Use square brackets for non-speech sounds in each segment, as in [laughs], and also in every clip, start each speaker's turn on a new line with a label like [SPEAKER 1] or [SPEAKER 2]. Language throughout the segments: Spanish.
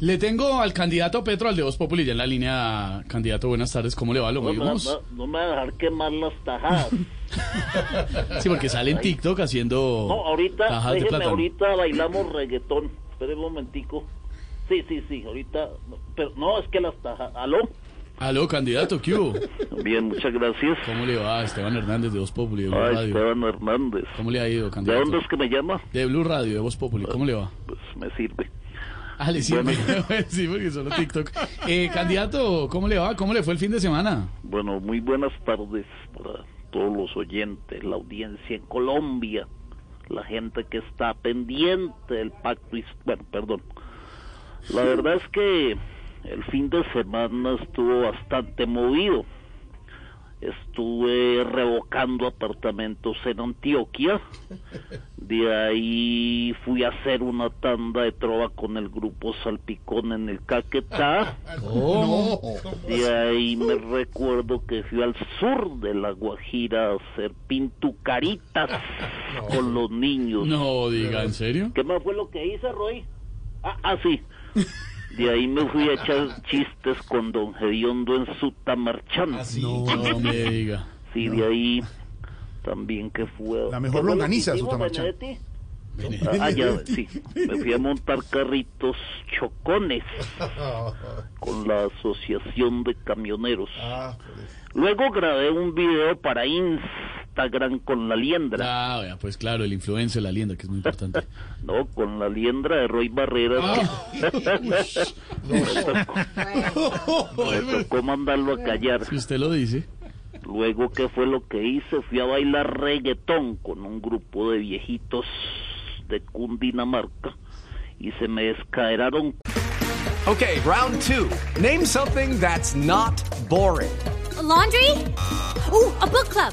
[SPEAKER 1] Le tengo al candidato Petro, al de Voz Populi, ya en la línea. Candidato, buenas tardes, ¿cómo le va? ¿Lo
[SPEAKER 2] No, me va-
[SPEAKER 1] oímos?
[SPEAKER 2] no- no me va a dejar quemar las tajadas.
[SPEAKER 1] [laughs] Sí, porque sale en TikTok haciendo
[SPEAKER 2] No, ahorita,
[SPEAKER 1] tajadas de
[SPEAKER 2] déjenme,
[SPEAKER 1] plátano.
[SPEAKER 2] ahorita bailamos reggaetón. Esperen un momentico. Sí, sí, sí, ahorita. no, Pero no, es que las tajadas. ¿Aló?
[SPEAKER 1] Aló, candidato, ¿qué hubo?
[SPEAKER 2] Bien,
[SPEAKER 1] [laughs]
[SPEAKER 2] muchas gracias.
[SPEAKER 1] ¿Cómo le va? Esteban Hernández, de Voz Populi, de Blue
[SPEAKER 2] Ay,
[SPEAKER 1] Radio.
[SPEAKER 2] Esteban Hernández.
[SPEAKER 1] ¿Cómo le ha ido,
[SPEAKER 2] ¿De
[SPEAKER 1] candidato?
[SPEAKER 2] dónde es que me llama?
[SPEAKER 1] De Blue Radio, de Voz Populi, ¿cómo le va?
[SPEAKER 2] Pues me sirve.
[SPEAKER 1] Ah, le sirve. [laughs] sí, porque solo TikTok. Eh, candidato, ¿cómo le va? ¿Cómo le fue el fin de semana?
[SPEAKER 2] Bueno, muy buenas tardes para todos los oyentes, la audiencia en Colombia, la gente que está pendiente del pacto. his- Bueno, perdón. La verdad es que el fin de semana estuvo bastante movido. Estuve revocando apartamentos en Antioquia. De ahí fui a hacer una tanda de trova con el grupo Salpicón en el Caquetá. De ahí me recuerdo que fui al sur de la Guajira a hacer pintucaritas con los niños.
[SPEAKER 1] No, diga, ¿en serio?
[SPEAKER 2] ¿Qué más fue lo que hice, Roy? Ah, ah, sí. De ahí me fui a echar chistes con Don Gediondo en su tamarchán.
[SPEAKER 1] No me diga.
[SPEAKER 2] Sí, de ahí también que fue.
[SPEAKER 3] La mejor
[SPEAKER 2] ¿Qué fue lo
[SPEAKER 3] longaniza
[SPEAKER 2] que
[SPEAKER 3] de su
[SPEAKER 2] hicimos,
[SPEAKER 3] tamarchán.
[SPEAKER 2] Benedetti? Ah, ya, sí. Me fui a montar carritos
[SPEAKER 3] [laughs]
[SPEAKER 2] chocones con la Asociación de Camioneros.
[SPEAKER 3] Ah,
[SPEAKER 2] Luego grabé un video para Instagram con la liendra.
[SPEAKER 1] Ah, vea, pues claro, el influencer, la lienda, que es muy importante.
[SPEAKER 2] No, con la liendra de Roy Barreras. [laughs] Me tocó mandarlo a callar.
[SPEAKER 1] Si usted lo dice.
[SPEAKER 2] Luego, ¿qué fue lo que hice? Fui a bailar reggaetón con un grupo de viejitos de Cundinamarca y se me descaeraron
[SPEAKER 4] Okay, round two. Name something that's not boring.
[SPEAKER 5] laundry? Ooh, a book club.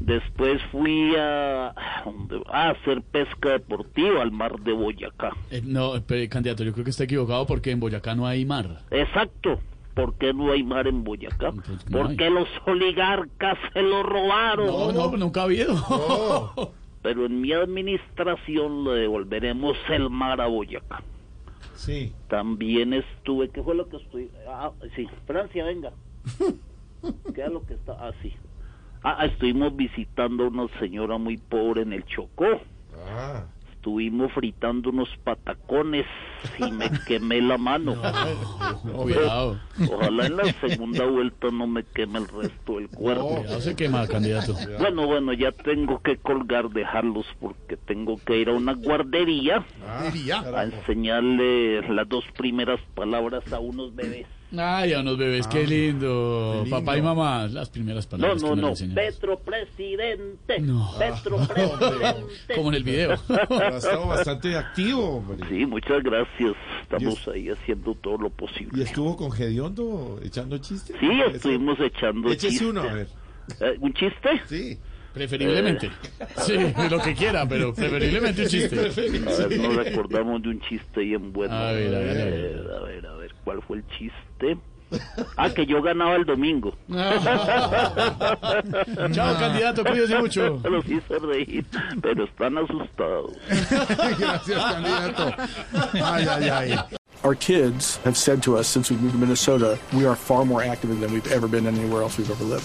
[SPEAKER 2] Después fui a, a hacer pesca deportiva al mar de Boyacá.
[SPEAKER 1] Eh, no, espere, candidato, yo creo que está equivocado porque en Boyacá no hay mar.
[SPEAKER 2] Exacto. ¿Por qué no hay mar en Boyacá?
[SPEAKER 1] Pues no hay.
[SPEAKER 2] Porque los oligarcas se lo robaron.
[SPEAKER 1] No, no, nunca ha habido. [laughs]
[SPEAKER 2] Pero en mi administración le devolveremos el mar a Boyacá.
[SPEAKER 3] Sí.
[SPEAKER 2] También estuve, ¿qué fue lo que estuve? Ah, sí, Francia, venga. ¿Qué era lo que está? Ah, sí. Ah, ah, estuvimos visitando a una señora muy pobre en el Chocó. Estuvimos fritando unos patacones y me quemé la mano.
[SPEAKER 1] Cuidado,
[SPEAKER 2] Ojalá en la segunda vuelta no me queme el resto del cuerpo.
[SPEAKER 1] cuidado se quema, candidato.
[SPEAKER 2] Bueno, bueno, ya tengo que colgar, dejarlos porque tengo que ir a una guardería a enseñarle las dos primeras palabras a unos bebés.
[SPEAKER 1] Ay, a unos bebés, Ah, qué lindo.
[SPEAKER 3] lindo.
[SPEAKER 1] Papá y mamá, las primeras
[SPEAKER 2] No,
[SPEAKER 1] palabras
[SPEAKER 2] no,
[SPEAKER 1] que uno
[SPEAKER 2] no,
[SPEAKER 1] le enseña.
[SPEAKER 2] Petro Presidente,
[SPEAKER 1] No.
[SPEAKER 3] [laughs]
[SPEAKER 2] Petro Presidente.
[SPEAKER 1] Como en el
[SPEAKER 2] [laughs]
[SPEAKER 1] video.
[SPEAKER 3] Ha estado bastante activo, hombre.
[SPEAKER 2] Sí, muchas gracias,
[SPEAKER 3] Y
[SPEAKER 2] estamos
[SPEAKER 3] es-
[SPEAKER 2] ahí haciendo todo lo
[SPEAKER 3] Y
[SPEAKER 2] posible.
[SPEAKER 3] estuvo con Gediondo echando chistes.
[SPEAKER 2] Sí, estuvimos echando
[SPEAKER 3] Échese
[SPEAKER 2] chistes.
[SPEAKER 3] uno, a ver.
[SPEAKER 2] Eh, ¿Un chiste?
[SPEAKER 3] Sí.
[SPEAKER 1] Preferiblemente. Sí, [laughs] lo que quiera, pero preferiblemente un [laughs] chiste.
[SPEAKER 2] A ver, nos acordamos de un chiste bien bueno.
[SPEAKER 1] A ver, a ver, a
[SPEAKER 2] ver, a ver, a ver, ¿cuál fue el chiste? Ah, que yo ganaba
[SPEAKER 1] [laughs]
[SPEAKER 2] el domingo.
[SPEAKER 1] Chao, candidato, cuídese mucho.
[SPEAKER 2] Los hice reír, pero están asustados.
[SPEAKER 3] Gracias, candidato. Ay, ay, ay.
[SPEAKER 6] Our kids have said to us since we moved to Minnesota, we are far more active than we've ever been anywhere else we've ever lived.